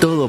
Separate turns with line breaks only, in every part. Todo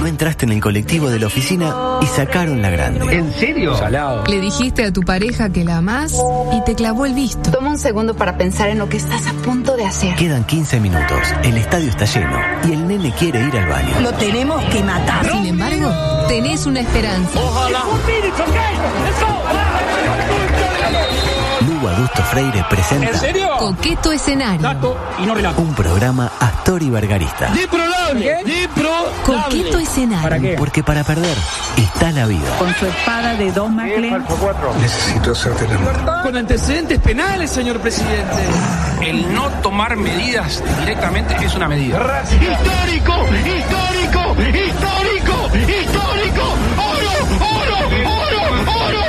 No entraste en el colectivo de la oficina y sacaron la grande.
¿En serio? Salado.
Le dijiste a tu pareja que la amás y te clavó el visto.
Toma un segundo para pensar en lo que estás a punto de hacer.
Quedan 15 minutos, el estadio está lleno y el nene quiere ir al baño.
Lo tenemos que matar.
Sin embargo, tenés una esperanza.
Lugo Adusto Freire presenta
Coqueto escenario.
y no relato.
un programa Astor y Bargarista.
Coqueto escenario.
qué?
Porque para perder está la vida.
Con su espada de dos maclen.
Necesito hacerte el amor.
Con antecedentes penales, señor presidente.
El no tomar medidas directamente es una medida.
¡Histórico! ¡Histórico! ¡Histórico! ¡Histórico! ¡Oro! ¡Oro! ¡Oro! ¡Oro!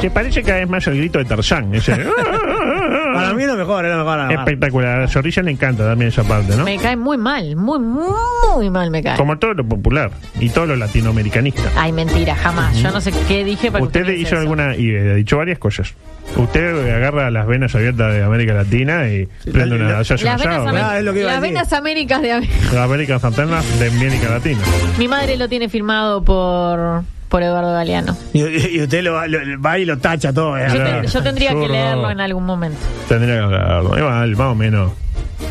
Que parece cada vez más el grito de Tarzán. ese.
Para mí es lo mejor, es lo mejor. Ana.
Espectacular. A la Zorrilla le encanta también esa parte, ¿no?
Me cae muy mal, muy, muy mal me cae.
Como todo lo popular y todo lo latinoamericanista.
Ay, mentira, jamás. Yo no sé qué dije para
Usted
piense
hizo
eso.
alguna y eh, ha dicho varias cosas. Usted agarra las venas abiertas de América Latina y prende
la-
una se hace un
Las venas,
asado,
Ameri-
¿no?
Ah, es lo que iba a
Las
decir.
venas Américas de Am-
La América Fantasma de América Latina.
Mi madre lo tiene firmado por, por Eduardo Galeano.
Y, y usted lo, lo- va y lo tacha todo. ¿eh?
Yo,
Claro.
ten- yo tendría que
Zurdo.
leerlo en algún momento.
Tendría que hablarlo. Igual, más o menos.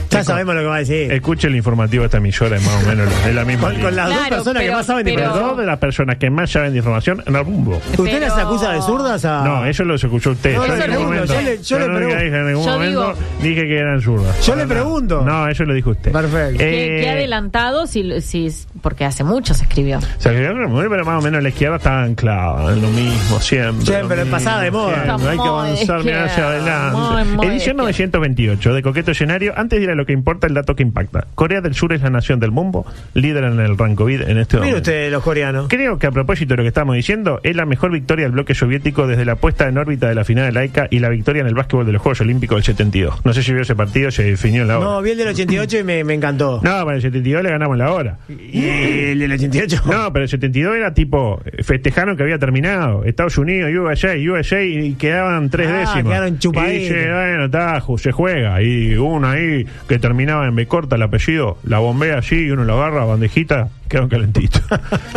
Ya sabemos lo que va a decir.
Escuche el informativo de esta emisora, es más o menos es la misma.
con, con
línea.
las dos
Claro,
personas que
pero-
más saben de
pero-
Pero dos de las personas que más saben de información en el rumbo.
¿Usted las
Pero-
acusa de zurdas a.?
No, eso lo escuchó usted.
No,
yo
yo
en
le
ningún
pregunto,
momento,
yo le- yo le
nunca
pregunto.
dije en ningún
Yo
momento dije que eran zurdas.
Yo
Para
le
nada.
pregunto.
No, eso lo dijo usted.
Perfecto.
¿Qué,
Eh,
qué adelantado? Si, si, porque hace mucho se escribió.
Se escribió en el mundo, pero más o menos la izquierda está anclada en lo mismo, siempre.
Siempre,
lo mismo,
pasada de moda.
siempre.
Está
Hay que
muy
avanzar, mirar hacia
izquierda,
adelante.
muy, muy
Edición
izquierda.
928 de Coqueto Escenario. Antes de ir a lo que importa, el dato que impacta. Corea del Sur es la nación del mundo, líder en el rancovid en este
Mire
momento.
usted, los coreanos.
Creo que a propósito de lo que estamos diciendo, es la mejor victoria del bloque soviético desde la puesta en órbita de la final de la ECA y la victoria en el básquetbol de los Juegos Olímpicos del 72. No sé si vio ese partido, se definió en la hora.
No, vi el del 88 y me, me encantó.
No, para el 72 le ganamos la hora.
¿Y el del 88?
No, pero el 72 era tipo, eh, festejaron que había terminado. Estados Unidos, USA, USA, y quedaban tres
Ah,
décimas.
quedaron chupaditos.
Y dice, bueno, está, ju- se juega. Y uno ahí que terminaba en B corta el apellido, la bombea allí, y uno lo agarra, bandejita, quedaron calentitos.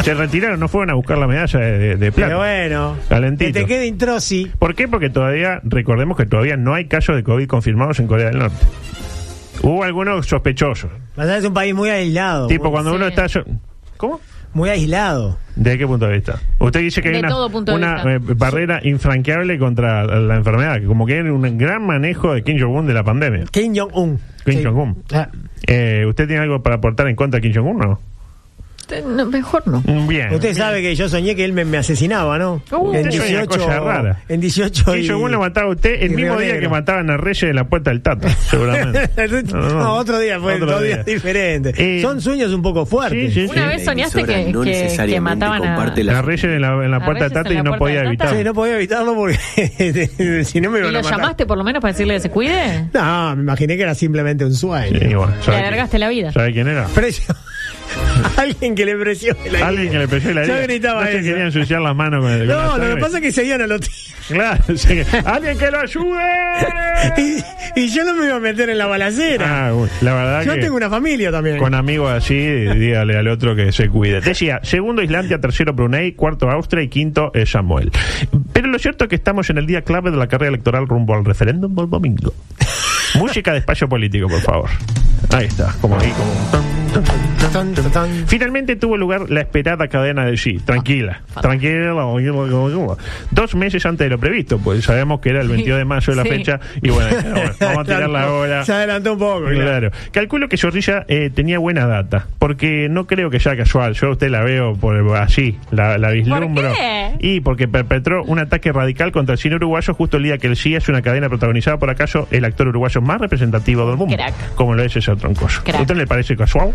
se retiraron, no fueron a buscar la medalla de, de- de plata.
Pero bueno.
Calentito.
Que te quede introsi.
¿Por qué? Porque todavía, recordemos que todavía no hay casos de COVID confirmados en Corea del Norte. Hubo algunos sospechosos.
Pasar es un país muy aislado.
tipo,
muy,
cuando
sí.
uno está... so- ¿Cómo?
muy aislado.
¿De qué punto de vista? Usted dice que hay
De
una,
todo punto de
una,
vista.
eh, barrera infranqueable contra la enfermedad, que como que hay un gran manejo de Kim Jong-un de la pandemia.
Kim Jong-un.
Kim
Sí.
Jong-un.
Ah,
Eh, ¿Usted tiene algo para aportar en contra de Kim Jong-un o
Te- Este, no, mejor no.
no? Bien.
Usted sabe que yo soñé que él me, me asesinaba, ¿no?
Uh,
en
usted sueña
18.
cosas raras.
En 18.
Kim Jong-un lo mataba a usted el
y
mismo
Río
día
Negro.
que mataban a Reyes de la puerta del Tata, seguramente.
no, otro día pues, fue
Otro
otro día,
día.
diferente.
Eh,
Son sueños un poco fuertes.
Sí, sí,
Una
sí.
vez soñaste
emisora
que,
no
que- que
necesariamente
mataban a...
comparte la-
La Reyes en la, en la
A
puerta del
Reyes en
Tata y
la
no
puerta
podía
del Tata.
evitarlo.
Sí, no podía evitarlo porque si no me
¿Y
iban
lo
a matar.
llamaste por lo menos para decirle que se cuide?
No, me imaginé que era simplemente un sueño.
Sí, bueno,
Le
¿sabe quién-
alargaste la vida.
¿Sabe quién era?
Precio. Alguien que le presione la
Alguien que le presione la
Yo
herida.
gritaba
no se
eso.
quería ensuciar las manos con el con la
No, lo
sangre.
que pasa es que seguían a los tíos.
Claro, sí. alguien que lo ayude.
Y, y yo no me iba a meter en la balacera.
Ah, uy, la verdad
yo
que
tengo una familia también.
con amigos así, dígale al otro que se cuide. Decía, segundo Islandia, tercero Brunei, cuarto Austria y quinto eh, Samuel. Pero lo cierto es que estamos en el día clave de la carrera electoral rumbo al referéndum del domingo. Música de espacio político, por favor. Ahí está, como ahí, como...
Tan, tan, tan.
Finalmente tuvo lugar la esperada cadena de sí.
Ah,
Tranquila, tranquila. tranquila. Dos meses antes de lo previsto, pues sabemos que era el 22 de mayo la
Sí.
fecha. Y bueno, bueno, vamos a tirar la hora.
Se adelantó un poco, claro.
Claro. Calculo que Zorrilla eh, tenía buena data, porque no creo que sea casual. Yo a usted la veo por así, la, la vislumbro.
qué?
Y porque perpetró un ataque radical contra el cine uruguayo justo el día que el CIA es una cadena protagonizada por acaso el actor uruguayo más representativo del mundo.
Crack.
Como lo es ese troncoso.
Crack.
¿Usted le parece casual?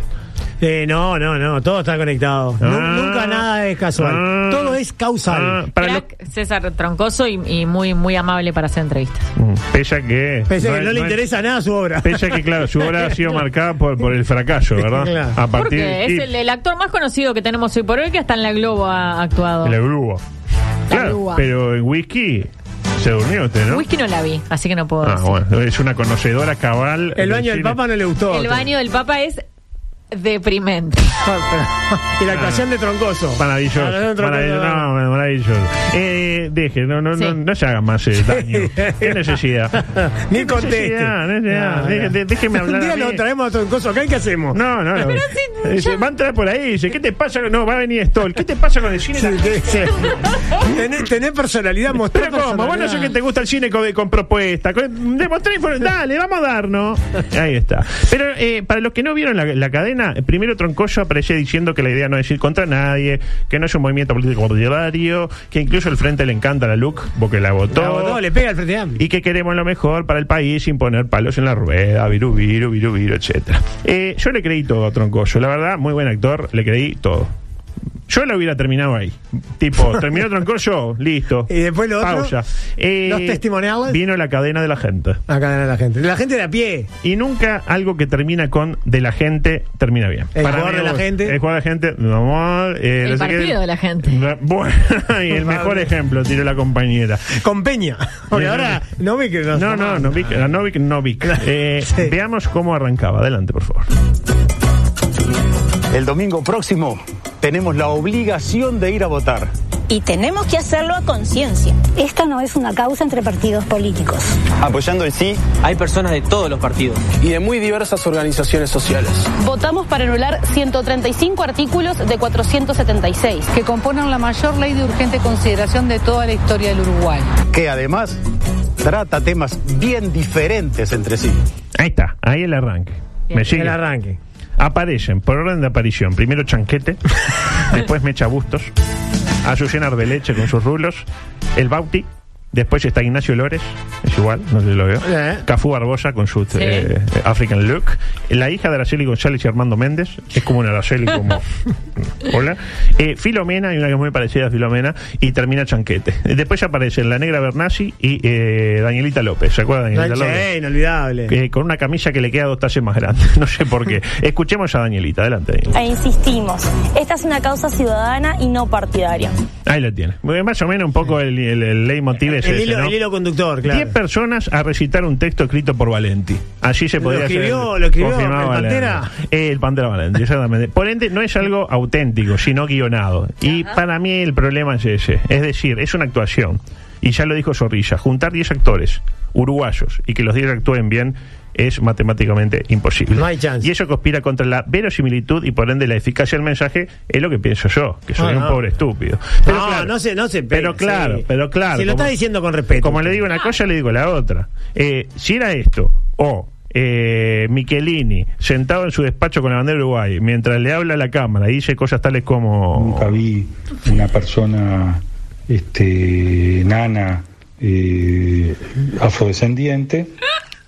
Eh, no, no, no, todo está conectado. Nu-
Ah.
nunca nada es casual.
Ah.
todo es causal.
Ah, para lo-
Crack, César Troncoso y, y muy, muy amable para hacer entrevistas.
Mm, Pese a que.
Pese a que
es-
no, le
es-
interesa nada su obra.
Pese a que, claro, su obra ha sido marcada por, por el fracaso, ¿verdad?
Claro.
A partir
Porque es
y-
el, el actor más conocido que tenemos hoy por hoy que hasta en la Globo ha actuado.
el grúa. Claro,
grúa.
pero en whisky se durmió usted, ¿no?
Whisky no la vi, así que no puedo
Ah,
decir.
bueno, es una conocedora cabal.
el baño del
cine.
Papa no le gustó.
El baño del Papa es deprimente.
Ah, pero- y la actuación de Troncoso.
Maravilloso.
La actuación de Troncoso, no,
maravilloso. No,
no.
maravilloso. Eh, deje, no, no, no,
Sí.
no se haga más eh, daño. Qué necesidad.
Ni
Qué
conteste.
necesidad, necesidad.
No,
Deje-
no.
de- déjeme hablar.
Un día
a mí.
lo traemos a Troncoso acá y ¿qué hacemos?
No, no, no.
si-
Dice,
ya-
Va a entrar por ahí. Dice, ¿qué te pasa? con- No, va a venir Stoll. ¿Qué te pasa con el cine?
Sí, sí, sí. Tenés, tenés personalidad, mostrá
Pero cómo, vos no sé que te gusta el cine con, con propuesta. Con, demostrá inform- Dale, vamos a darnos. Ahí está. Pero eh, para los que no vieron la, la cadena, eh, primero Troncoso aparecía diciendo que la idea no es ir contra nadie, que no es un movimiento político ordinario, que incluso el frente le encanta la LUC porque la votó.
La botó, le pega al frente de Amplio.
y que queremos lo mejor para el país sin poner palos en la rueda, viru, viru, viru, viru, etcétera. Eh, yo le creí todo a Troncoso, la verdad, muy buen actor, le creí todo. Yo lo hubiera terminado ahí. Tipo, terminó Troncoso, listo.
Y después lo otro,
Pausa. Eh,
los testimoniales.
Vino la cadena de la gente.
Acá gana la gente. La gente de a pie.
Y nunca algo que termina con de la gente termina bien.
El jugador de la
vos,
gente.
El jugador de la gente. no, amor, eh,
El
no sé qué.
partido de la gente.
La- Bueno, y el mejor ejemplo tiró la compañera.
Con Peña. Porque ahora no vi que nos-
No, no, no, Vic, no, Vic, no, Vic. Eh,
Sí.
Veamos cómo arrancaba. Adelante, por favor.
El domingo próximo tenemos la obligación de ir a votar.
Y tenemos que hacerlo a conciencia. Esta no es una causa entre partidos políticos.
Apoyando el sí.
Hay personas de todos los partidos y de muy diversas organizaciones sociales.
Votamos para anular 135 artículos de 476.
Que componen la mayor ley de urgente consideración de toda la historia del Uruguay.
Que además trata temas bien diferentes entre sí.
Ahí está, ahí el arranque.
Bien.
Me sigue.
El arranque.
Aparecen, por orden de aparición, primero Chanquete, después Mecha Bustos, Azucena Arbeleche con sus rulos, el Bauti, después está Ignacio Lores, es igual, no sé si lo veo,
Eh.
Cafú Barbosa con su
Sí.
eh, African look, la hija de Araceli González y Armando Méndez, es como una Araceli como... Hola. Eh, Filomena, hay una que es muy parecida a Filomena, y termina Chanquete. Después aparecen la negra Bernasi y eh, Danielita López, ¿se acuerdan? de Danielita López?
Sí, inolvidable.
Eh, con una camisa que le queda dos talles más grande. No sé por qué. Escuchemos a Danielita. Adelante, Danielita.
E insistimos, esta es una causa ciudadana y no partidaria.
Ahí lo tiene. Bueno, Más o menos un poco el, el, el leitmotiv es
el,
ese,
hilo,
¿no?
el hilo conductor, claro.
Diez personas a recitar un texto escrito por Valenti. Así se
Lo
podría
escribió-
hacer.
lo escribió
Confirmado
el
Valenti.
Pantera.
Eh, el Pantera Valenti, exactamente. Por ende, no es algo auténtico, sino guionado. Y para mí el problema es ese. Es decir, es una actuación. Y ya lo dijo Zorrilla, juntar 10 actores uruguayos y que los 10 actúen bien es matemáticamente imposible.
No hay chance.
Y eso conspira contra la verosimilitud y por ende la eficacia del mensaje, es lo que pienso yo, que soy
Ah, No,
un
no.
pobre estúpido.
No, no se- no se
Pero
pega,
claro,
sí.
pero claro.
Si lo
como-
está diciendo con respeto.
Como le digo una cosa, le digo la otra. Eh, si era esto, o eh, Michelini sentado en su despacho con la bandera de Uruguay, mientras le habla a la cámara y dice cosas tales como...
Nunca vi una persona este, nana eh, afrodescendiente,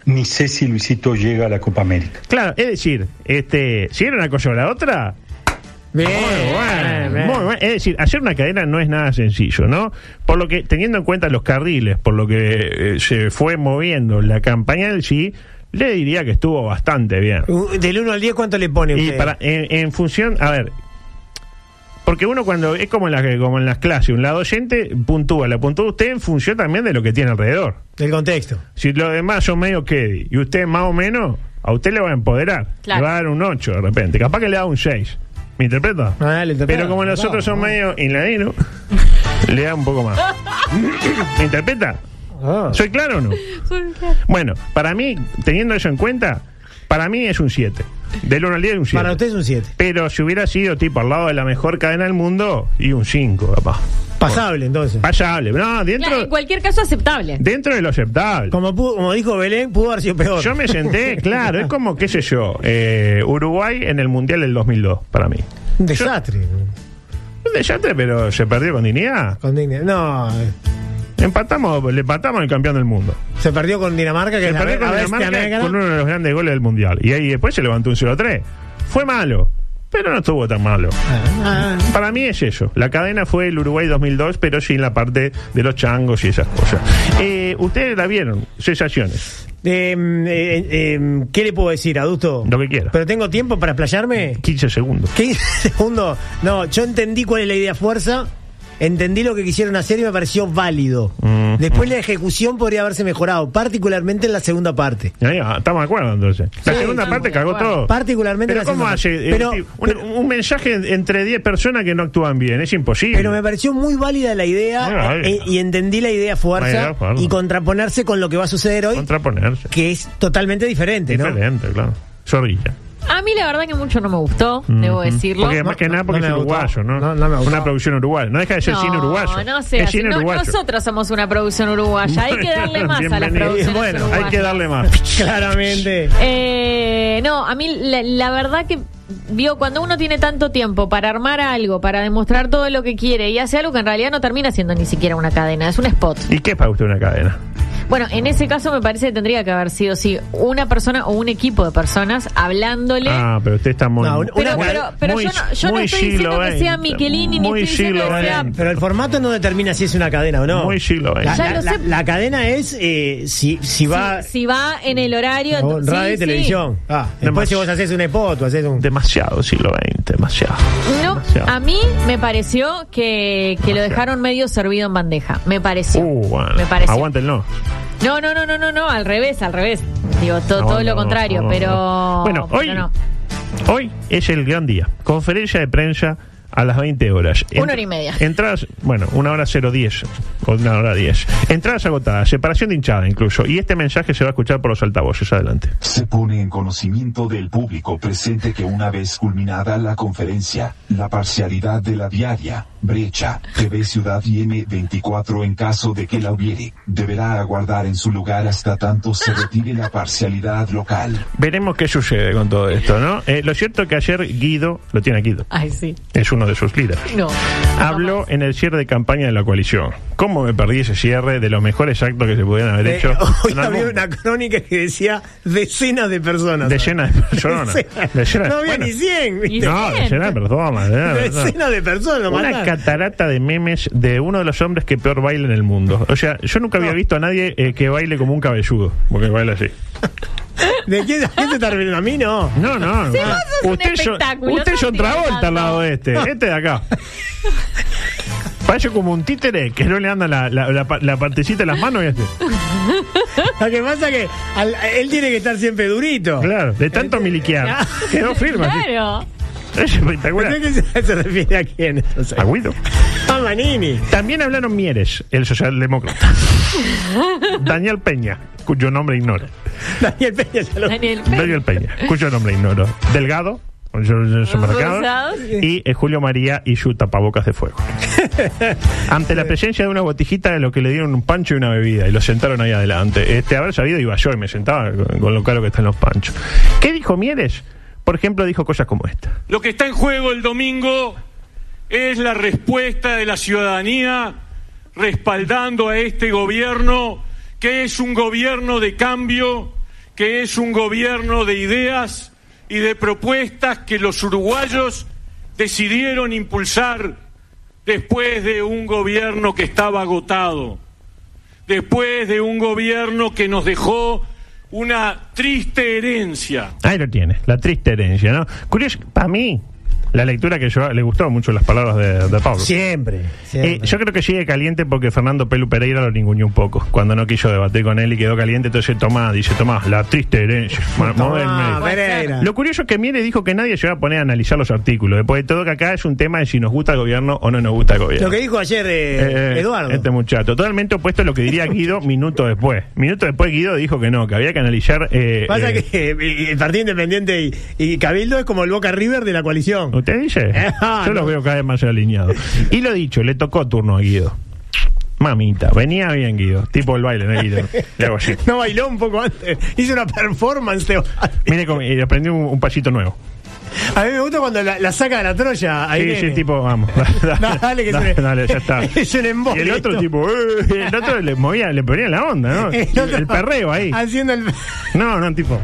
ni sé si Luisito llega a la Copa América.
Claro, es decir, este, si era una cosa o la otra,
Bien,
Muy
bien,
bueno,
bien.
muy bueno. Es decir, hacer una cadena no es nada sencillo, ¿no? Por lo que, teniendo en cuenta los carriles, por lo que eh, se fue moviendo la campaña del sí, le diría que estuvo bastante bien.
Uh, Del 1 al 10, ¿cuánto le pone
Y
usted?
para, en, en función, a ver, porque uno cuando es como en las, como en las clases, un lado oyente puntúa, la puntúa usted en función también de lo que tiene alrededor.
Del contexto.
Si los demás son medio que y usted más o menos, a usted le va a empoderar.
Claro.
Le va a dar un 8 de repente. Capaz que le da un 6. ¿Me interpreta?
Ah, le interpreta.
Pero como
Claro,
nosotros son
no.
medio inladinos, le da un poco más. ¿Me interpreta?
Ah.
¿Soy claro o no? Bueno, para mí, teniendo eso en cuenta, para mí es un 7. Del 1 al 10 es un 7.
Para usted es un 7.
Pero si hubiera sido tipo al lado de la mejor cadena del mundo, y un 5, capaz.
Pasable, entonces.
Pasable. No, dentro,
Claro, en cualquier caso aceptable.
dentro de lo aceptable.
Como, pudo- como dijo Belén, pudo haber sido peor.
Yo me senté, claro, es como, qué sé yo, eh, Uruguay en el Mundial del 2002, para mí.
Un desastre.
Un desastre, pero se perdió con dignidad.
Con dignidad. No. eh.
Empatamos, le empatamos al campeón del mundo.
Se perdió con Dinamarca, que
Se
es la
perdió con
la bestia
Dinamarca
negra.
con uno de los grandes goles del mundial. Y ahí después se levantó un 0-3. Fue malo, pero no estuvo tan malo.
Ah,
Para mí es eso. La cadena fue el Uruguay 2002, pero sin la parte de los changos y esas cosas. Eh, Ustedes la vieron, sensaciones.
Eh, eh, eh, ¿Qué le puedo decir, adusto?
Lo que quiera.
¿Pero tengo tiempo para explayarme?
15 segundos.
15 segundos. No, yo entendí cuál es la idea fuerza, entendí lo que quisieron hacer y me pareció válido.
Mm.
Después la ejecución podría haberse mejorado, particularmente en la segunda parte.
Ahí va, Estamos de acuerdo entonces. La
Sí,
segunda
estamos
parte
de
cagó
acuerdo.
todo.
Particularmente
pero
la segunda
¿cómo hace?
parte.
eh,
Pero-
tío, un, un mensaje en- entre 10 personas que no actúan bien. Es imposible.
Pero me pareció muy válida la idea
Muy válida.
eh, y entendí la idea fuerza
Válida, válida.
y contraponerse con lo que va a suceder hoy,
Contraponerse.
que es totalmente diferente, ¿no?
Diferente, claro. Zorrilla.
A mí la verdad que mucho no me gustó, debo decirlo.
Porque más que nada porque
no
es
me gustó.
uruguayo, ¿no?
No, no me gustó.
Una producción uruguaya. No deja de ser cine uruguayo.
No, sé,
es cine
no-
uruguayo.
nosotros somos una producción uruguaya. Hay que darle más a las
Bienvenido.
producciones
Bueno,
uruguayas.
hay que darle más.
Claramente.
Eh, no, a mí la, la verdad que vio cuando uno tiene tanto tiempo para armar algo, para demostrar todo lo que quiere y hace algo que en realidad no termina siendo ni siquiera una cadena, es un spot.
¿Y qué es para usted una cadena?
Bueno, en ese caso me parece que tendría que haber sido sí una persona o un equipo de personas hablándole.
Ah, pero usted está muy.
No, una-
pero
una-
pero, pero
muy-
yo no, yo no
muy
estoy diciendo
siglo
que sea
XX,
Michelini ni
muy
estoy diciendo
siglo
que sea
XX.
Pero el formato no determina si es una cadena o no.
Muy siglo XX.
La,
Ya
la-
lo
la-
sé.
la cadena es eh, si, si va
si, si va en el horario.
o
sí,
radio y
sí.
televisión. Ah,
Demasi-
después si vos haces un spot o haces un...
Demasiado siglo XX, demasiado.
No,
Demasiado.
a mí me pareció que, que lo dejaron medio servido en bandeja. Me pareció.
Uh, bueno.
Me pareció.
Aguántenlo.
No, no, no, no, no, no, al revés, al revés. Digo, to-
No,
todo
no,
lo contrario,
no, no,
pero.
no. Bueno,
pero
hoy,
no.
hoy es el gran día. Conferencia de prensa a las 20 horas.
Una hora y media.
Entradas, bueno, una hora 010 o una hora 10. Entradas agotadas, separación de hinchada incluso. Y este mensaje se va a escuchar por los altavoces. Adelante.
Se pone en conocimiento del público presente que una vez culminada la conferencia, la parcialidad de la diaria, brecha, TV Ciudad y M24 en caso de que la hubiere, deberá aguardar en su lugar hasta tanto se retire la parcialidad local.
Veremos qué sucede con todo esto, ¿no? Eh, lo cierto es que ayer Guido, lo tiene Guido,
Ay, sí.
es uno de sus líderes.
No.
Habló en el cierre de campaña de la coalición. ¿Cómo me perdí ese cierre de los mejores actos que se pudieran haber
Eh,
hecho?
hoy
en el
había
mundo?
una crónica que decía decenas de personas.
Decenas de personas.
Decenas.
Decenas.
No había
Bueno.
ni 100. ¿viste?
No, decenas de personas. eh,
Decenas de personas lo
Una
mataron.
catarata de memes de uno de los hombres que peor baila en el mundo. O sea, yo nunca había visto a nadie eh, que baile como un cabelludo, porque baila así.
¿De quién, de quién se está refiriendo? A mí no.
No, no, no.
vos sos un
Usted, yo,
espectáculo,
usted
no
es
estoy
Travolta al
hablando.
lado de este. Este de acá. Parece como un títere que no le anda la, la, la pa- la partecita de las manos y hace.
Lo que pasa que al- él tiene que estar siempre durito.
Claro, de tanto miliquear. Quedó firme. así.
Claro.
Es espectacular.
¿Usted qué se, se refiere a quién?
A Guido.
A Manini.
También hablaron Mieres, el socialdemócrata. Daniel Peña, cuyo nombre ignoro.
Daniel Peña ya lo-
Daniel Pérez.
Daniel Peña, cuyo nombre ignoro. Delgado, con su- su- su mercado,
Rosados.
y eh, Julio María y su tapabocas de fuego. Ante la presencia de una botijita de lo que le dieron un pancho y una bebida y lo sentaron ahí adelante. Este, haber sabido iba yo y me sentaba con, con lo caro que están los panchos. ¿Qué dijo Mieres? Por ejemplo, dijo cosas como esta.
Lo que está en juego el domingo es la respuesta de la ciudadanía respaldando a este gobierno, que es un gobierno de cambio, que es un gobierno de ideas y de propuestas que los uruguayos decidieron impulsar después de un gobierno que estaba agotado después de un gobierno que nos dejó una triste herencia.
Ahí lo tiene, la triste herencia, ¿no? Curioso, para mí, la lectura que yo le gustó mucho las palabras de, de Pablo.
Siempre. siempre.
Eh, yo creo que sigue caliente porque Fernando Pelu Pereira lo ninguneó un poco cuando no quiso debatir con él y quedó caliente. Entonces, tomá, dice, tomá, la triste herencia. Bueno,
Ah,
moverme.
Pereira.
Lo curioso es que Miele dijo que nadie se va a poner a analizar los artículos. Después de todo, que acá es un tema de si nos gusta el gobierno o no nos gusta el gobierno.
Lo que dijo ayer eh,
Eh,
Eduardo.
Este muchacho. Totalmente opuesto a lo que diría Guido minutos después. Minutos después, Guido dijo que no, que había que analizar. eh,
Pasa
eh,
que eh, el Partido Independiente y, y Cabildo es como el Boca River de la coalición.
¿Usted dice?
Ah,
Yo
no.
los veo cada vez más alineados. Y lo dicho, le tocó turno a Guido. Mamita, venía bien Guido, tipo el baile, ¿no, Guido? Le hago así.
No bailó un poco antes. Hizo una performance. Teo.
Mire, cómo- y aprendí un, un pasito nuevo.
A mí me gusta cuando la, la saca de la Troya. Ahí
Sí,
viene.
sí, tipo, vamos. Dale,
No, dale, que se le-
dale, ya está.
es un embole
Y el otro
esto.
tipo, eh, el otro le movía, le ponía la onda, ¿no?
El
El,
otro-
perreo ahí.
Haciendo el.
No, no, tipo.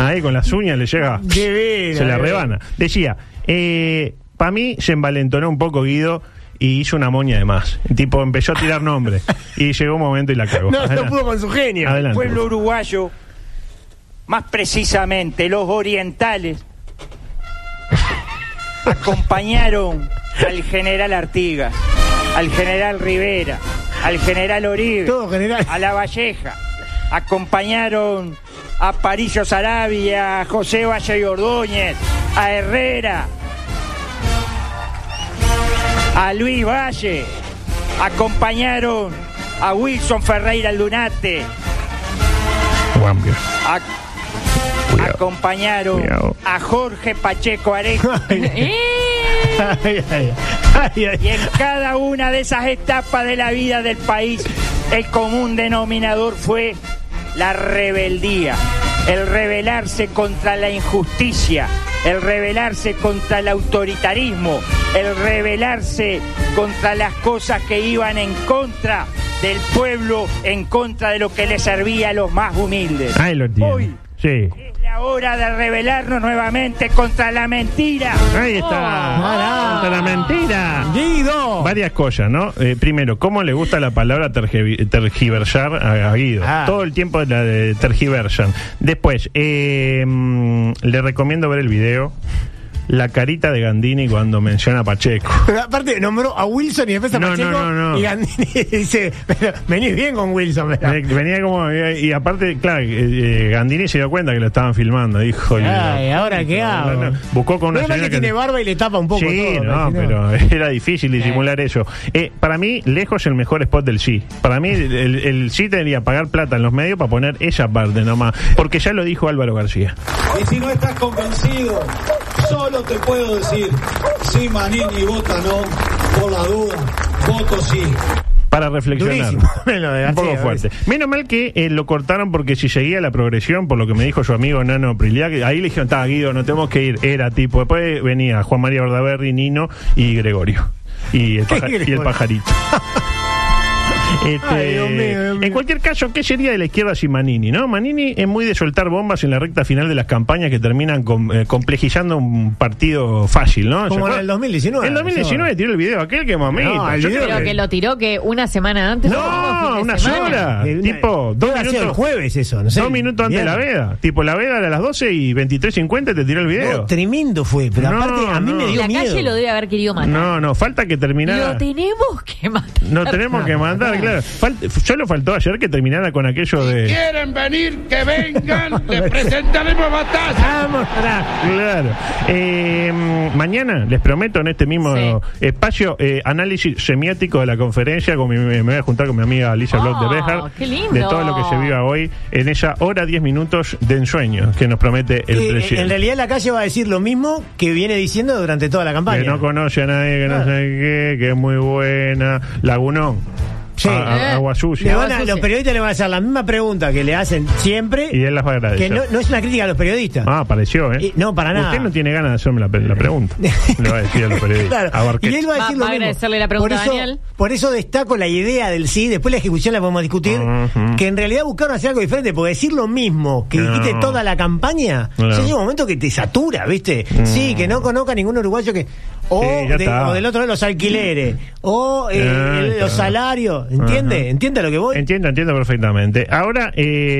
Ahí con las uñas le llega.
De veras,
Se la
de veras.
rebana. Decía, eh, para mí se envalentonó un poco Guido y hizo una moña de más. Tipo, empezó a tirar nombres. y llegó un momento y la cagó.
No, no
Adelante.
pudo con su genio.
Adelante.
pueblo uruguayo, más precisamente los orientales, acompañaron al general Artigas, al general Rivera, al general Oribe, a La Valleja, acompañaron a Parillo Sarabia, a José Valle y Ordóñez, a Herrera, a Luis Valle, acompañaron a Wilson Ferreira Lunate,
Guambio.
Ac- acompañaron a Jorge Pacheco Arejo.
¿eh?
y en cada una de esas etapas de la vida del país, el común denominador fue la rebeldía, el rebelarse contra la injusticia, el rebelarse contra el autoritarismo, el rebelarse contra las cosas que iban en contra del pueblo, en contra de lo que le servía a los más humildes.
Ahí lo tiene. Sí.
La hora de rebelarnos nuevamente contra la mentira.
Ahí está. Contra la mentira.
Guido.
Varias cosas, ¿no? Eh, primero, ¿cómo le gusta la palabra tergevi- tergiversar a a Guido?
Ah.
Todo el tiempo la de tergiversan. Después, eh, mm, le recomiendo ver el video. La carita de Gandini cuando menciona a Pacheco.
Pero aparte nombró a Wilson y después a
No,
Pacheco
no, no, no.
y Gandini dice, pero venís bien con Wilson, ¿verdad?
Ve- Venía como. eh, Y aparte, claro, eh, eh, Gandini se dio cuenta que lo estaban filmando. Dijo.
Ay, ¿ahora qué hago?
No, no. Buscó con una
Menos mal
señora
que tiene barba y le tapa un poco
sí,
todo,
no,
porque si
pero era difícil disimular eso. Eh, para mí, lejos el mejor spot del sí. Para mí, el, el- el sí tendría que pagar plata en los medios para poner esa parte nomás. Porque ya lo dijo Álvaro García.
Y si no estás convencido, solo te puedo decir, si Manini vota no, por la duda, voto sí.
Para reflexionar.
Durísimo. Lo de García,
Un poco fuerte. Menos mal que eh, lo cortaron porque si seguía la progresión, por lo que me dijo su amigo Nano Priliac, ahí le dijeron, está Guido, no tenemos que ir. Era tipo. Después venía Juan María Verdaberri, Nino y Gregorio. Y el,
¿Qué
paja- y el
Gregorio?
pajarito. Este,
Ay, Dios mío, Dios
En cualquier caso, ¿qué sería de la izquierda sin Manini? ¿no? Manini es muy de soltar bombas en la recta final de las campañas que terminan com- eh, complejizando un partido fácil, ¿no? ¿Se
Como en
acuerdan?
el 2019.
En 2019 tiró el video aquel que mamita.
No, el
Yo
video
creo
Pero
que-
que lo tiró que una semana antes.
no,
fin de
una
semana.
sola.
De una-
tipo, dos
Debe haber sido
minutos,
el jueves eso, no sé.
dos minutos antes de la
Bien.
veda. Tipo, la veda era a las 12 y 23.50 te tiró el video.
No, tremendo fue, pero
No,
aparte a mí
no.
me dio
La
miedo.
calle lo debe haber querido matar.
No, no, falta que
Lo
terminara.
tenemos que matar.
No tenemos que mandar, claro. Fal- solo faltó ayer que terminara con aquello de.
Quieren venir, que vengan, les presentaremos batalla.
Vamos,
Claro. Eh, mañana les prometo en este mismo espacio eh, análisis semiótico de la conferencia. Con mi- me voy a juntar con mi amiga Alicia Bloch de Bejar.
qué lindo.
De todo lo que se viva hoy en esa hora 10 minutos de ensueño que nos promete el
Eh,
presidente.
en realidad la calle va a decir lo mismo que viene diciendo durante toda la campaña.
Que no conoce a nadie, que no
Claro.
sé qué, que es muy buena. Lagunón.
Sí.
A- a-
Eh.
agua
Le
sucia.
van
Ah,
a- los periodistas le van a hacer la misma pregunta que le hacen siempre,
Y él las va a
que
agradecer.
no, no es una crítica a los periodistas.
Ah, apareció, ¿eh?
Y- no, para nada.
Usted no tiene ganas de hacerme la, pe- la pregunta. Le va a decir a los periodistas.
Claro,
A Barquet.
y él va a
Va-
decir
va
lo
a
mismo.
agradecerle la pregunta
por
a
eso,
Daniel.
por eso destaco la idea del sí, después la ejecución la podemos discutir,
Ujú.
que en realidad buscaron hacer algo diferente, porque decir lo mismo que
No.
dijiste toda la campaña,
Claro.
ya llega un momento que te satura, ¿viste? Sí, que no conozca ningún uruguayo que... O,
Sí, ya
de-
está.
o del otro lado los alquileres, o eh,
Ya
el- los
está.
salarios, ¿entiende?
Ajá.
¿Entiende a lo que voy?
Entiendo, entiendo perfectamente. Ahora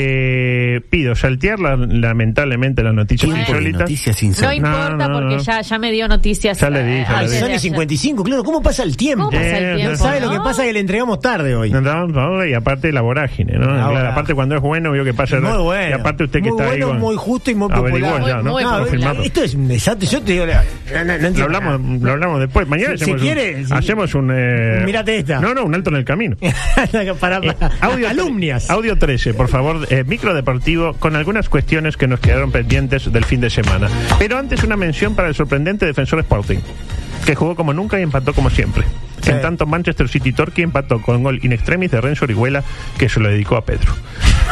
eh, pido saltear la- lamentablemente las noticias
Tipo de
insólitas.
noticias
No importa
No, no,
porque
no.
Ya, ya me dio noticias.
Ya le dije,
eh,
ya
Ay,
le
antes
son
de
y
ayer.
55, claro, ¿cómo pasa el tiempo?
¿Cómo pasa
Eh,
el tiempo?
¿Sabe lo
no?
que pasa? Que le entregamos tarde hoy.
No, no, no, y aparte la vorágine, ¿no?
La
Claro,
vorá-
aparte cuando es bueno, veo que pasa.
Muy bueno.
Y aparte usted que
muy
está ahí.
bueno,
con-
muy justo y muy
Averiguó
popular.
ya, ¿no?
Muy
Está
popular.
confirmado.
Esto es un desastre. Yo te digo, la- no, no, no
Lo
entiendo nada.
hablamos, lo hablamos después. Mañana
Si-
hacemos,
si
un-
quiere, si-
hacemos un. eh,
Mirate esta.
No, no, un alto en el camino.
para,
Eh,
para-
audio,
alumnias.
Audio 13, por favor, eh, micro deportivo con algunas cuestiones que nos quedaron pendientes del fin de semana. Pero antes una mención para el sorprendente defensor Sporting, que jugó como nunca y empató como siempre.
Sí.
En tanto, Manchester City Torque empató con gol in extremis de Renzo Orihuela, que se lo dedicó a Pedro.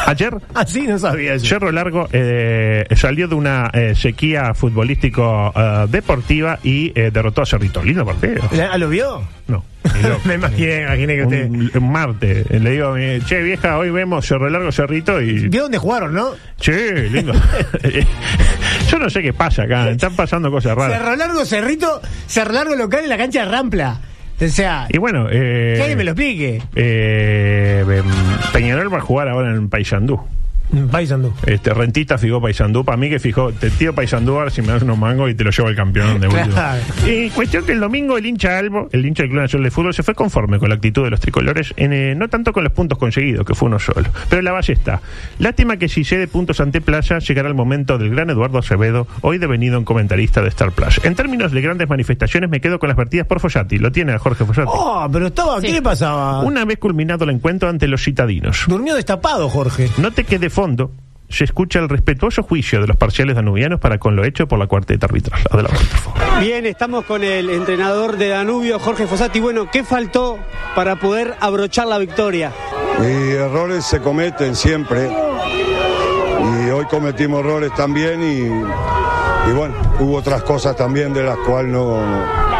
Ayer.
Así Ah, no sabía yo.
Cerro Largo eh, salió de una eh, sequía futbolístico eh, deportiva y eh, derrotó a Cerrito. Lindo partido.
¿La- Ah, ¿Lo vio?
No.
Me imaginé, imaginé que usted.
Un, un martes. Le digo, a mi, che vieja, hoy vemos Cerro Largo, Cerrito y.
¿Vio dónde jugaron, no?
Che, lindo. Eh, Yo no sé qué pasa acá. Están pasando cosas raras.
Cerro Largo, Cerrito, Cerro Largo local en la cancha de Rampla. O sea,
Y bueno, eh,
que alguien me lo explique.
eh, em, Peñarol va a jugar ahora en Paysandú.
Paisandú.
Este, rentista fijó Paysandú. Para mí que fijó, te tiro Paysandú ahora si me das unos mangos y te lo llevo al campeón de
Claro.
última. Y cuestión que el domingo el hincha Albo, el hincha del Club Nacional de Fútbol, se fue conforme con la actitud de los tricolores, en, eh, no tanto con los puntos conseguidos, que fue uno solo, pero la base está. Lástima que si cede puntos ante Plaza, llegará el momento del gran Eduardo Acevedo, hoy devenido en comentarista de Star Plus. En términos de grandes manifestaciones, me quedo con las vertidas por Follati. Lo tiene a Jorge Follati.
Oh, pero estaba, ¿qué le pasaba?
Una vez culminado el encuentro ante los citadinos.
Durmió destapado, Jorge.
Note que de fondo se escucha el respetuoso juicio de los parciales danubianos para con lo hecho por la cuarteta arbitral. Adelante, por favor.
Bien, estamos con el entrenador de Danubio, Jorge Fossati. Bueno, ¿qué faltó para poder abrochar la victoria?
Y errores se cometen siempre. Y hoy cometimos errores también y, y bueno, hubo otras cosas también de las cuales no,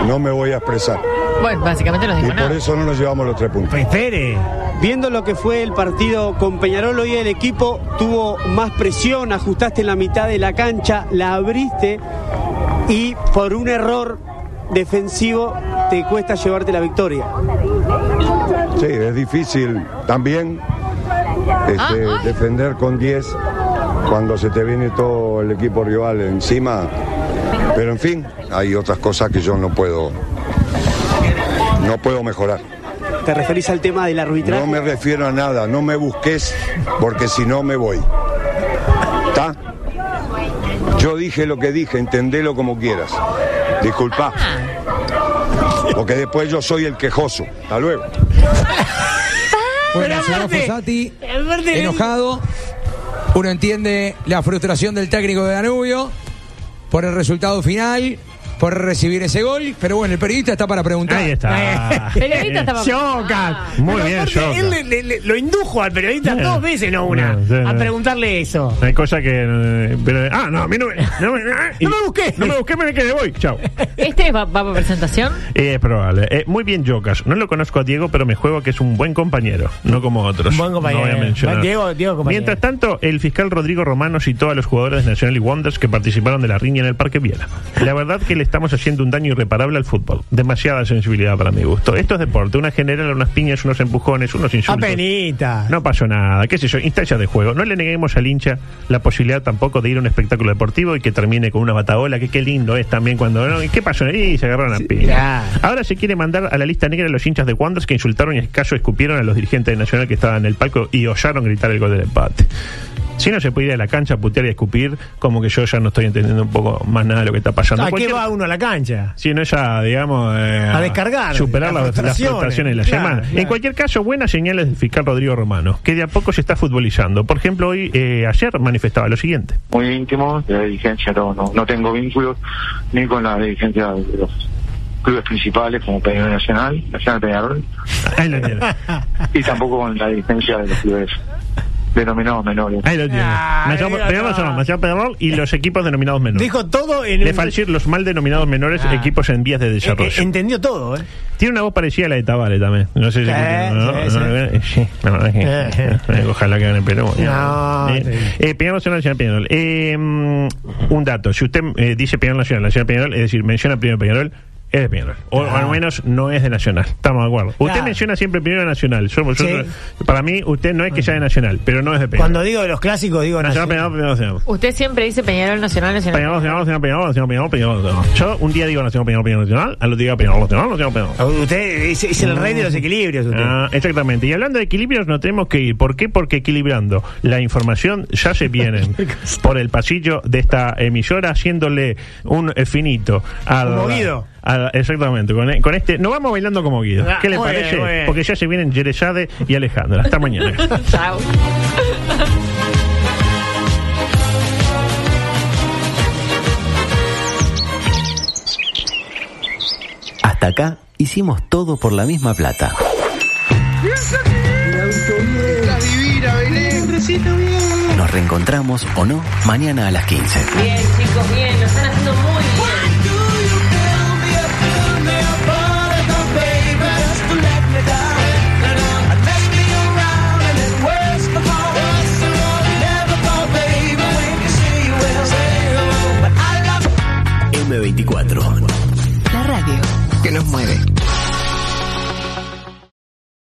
no me voy a expresar.
Bueno, básicamente no
Y
dijo
por
nada.
eso no nos llevamos los tres puntos.
Espere.
Viendo lo que fue el partido con Peñarol, hoy el equipo tuvo más presión, ajustaste en la mitad de la cancha, la abriste y por un error defensivo te cuesta llevarte la victoria.
Sí, es difícil también este,
Ah,
defender con 10 cuando se te viene todo el equipo rival eh. encima. Pero en fin, hay otras cosas que yo no puedo, no puedo mejorar.
¿Te referís al tema del arbitraje?
No me refiero a nada, no me busques porque si no me voy. ¿Está? Yo dije lo que dije, entendelo como quieras. Disculpa.
ah,
Porque después yo soy el quejoso. Hasta luego.
Bueno, señor Fossati, enojado. Uno entiende la frustración del técnico de Danubio por el resultado final, por recibir ese gol. Pero bueno, el periodista está para preguntar.
Ahí está.
Periodista estaba- Ah.
Yoca.
Muy
Pero
bien,
aparte,
Yoca.
Él le- le- le- lo indujo al periodista dos veces, no una,
No, sí,
a
no.
preguntarle eso.
Hay cosas que. eh, pero- ah, no, a mí no me. No me, ah, y-
No me busqué.
no me busqué, me quedé, voy. Chao.
¿Este va, va por presentación?
Eh, es probable. Eh, muy bien, Jocas. No lo conozco a Diego, pero me juego que es un buen compañero, no como otros.
Buen compañero.
No voy a mencionar.
Buen Diego- Diego compañero.
Mientras tanto, el fiscal Rodrigo Romano citó a los jugadores de Nacional y Wonders que participaron de la riña en el Parque Viera. La verdad que le estamos haciendo un daño irreparable al fútbol. Demasiada sensibilidad para mi gusto. Esto es deporte. Una general, unas piñas, unos empujones, unos insultos.
Apenita.
No pasó nada, qué sé yo, instancias de juego. No le neguemos al hincha la posibilidad tampoco de ir a un espectáculo deportivo y que termine con una bataola, que qué lindo es también cuando... ¿no? ¿Y ¿Qué pasó? Y se agarraron a piña.
claro.
Ahora se quiere mandar a la lista negra a los hinchas de Wanderers que insultaron y escaso escupieron a los dirigentes de Nacional que estaban en el palco y osaron gritar el gol del empate. Si no se puede ir a la cancha a putear y a escupir, como que yo ya no estoy entendiendo un poco más nada de lo que está pasando.
¿A Ah, qué
Cualquier-
va uno a la cancha?
si no ya, digamos, eh,
A descargar,
Superar
las
las, las
frustraciones.
frustraciones de la
Claro,
semana.
claro.
En cualquier caso, buenas señales del fiscal Rodrigo Romano, que de a poco se está futbolizando. Por ejemplo, hoy, eh, ayer manifestaba lo siguiente.
muy íntimos, de la dirigencia no, no, no tengo vínculos ni con la dirigencia de los clubes principales como Peñarol Nacional, Nacional Peñarol,
Ahí lo tiene.
y tampoco con la dirigencia de los clubes denominados menores.
Ah, Ahí lo tiene. Nacional
diga
Peñarol,
nada.
Nacional Peñarol y los equipos denominados menores.
Dijo todo en
Le
un-
falta decir los mal denominados menores
Ah.
equipos en vías de
Eh, eh,
desarrollo.
entendió todo, ¿eh?
Tiene una voz parecida a la de Tabale también. No sé si.
Sí,
no,
sí,
no, sí, la verdad que-
Eh,
eh, Ojalá que gane Perú.
No,
Eh, eh, Peñarol Nacional, Nacional Peñarol. Eh, mm, un dato: si usted eh, dice Peñarol Nacional, Nacional Peñarol, es decir, menciona primero Peñarol. Es de Peñarol. O al menos no es de Nacional. Estamos de acuerdo. Usted
Claro.
menciona siempre primero Nacional. Somos
Sí.
nosotros- para mí, usted no es que sea de Nacional, pero no es de Peñarol.
Cuando digo de los clásicos, digo nacional.
Nacional, Peñarol, Peñarol, Nacional.
Usted siempre dice Peñarol Nacional Nacional.
Peñarol, Nacional, Nacional, Peñarol, Nacional, Peñarol, Peñarol, Nacional. Yo un día digo Nacional, Peñarol, Peñarol, Nacional, al otro día Peñarol, Nacional, Nacional, Peñarol.
Usted es, es el rey de los equilibrios. usted.
Ah, exactamente. Y hablando de equilibrios, no tenemos que ir. ¿Por qué? Porque equilibrando la información ya se vienen por el pasillo de esta emisora haciéndole un eh, finito al.
Como Guido.
al- exactamente. Con, con este. No vamos bailando como Guido.
Ah,
¿Qué le
muy bien,
parece?
muy bien.
Porque ya se vienen Yerezade y Alejandra. Hasta mañana.
Chao.
Hasta acá hicimos todo por la misma plata.
Estás divina, Belén.
reencontramos o no mañana a las 15.
Bien, chicos, bien, lo están haciendo muy bien.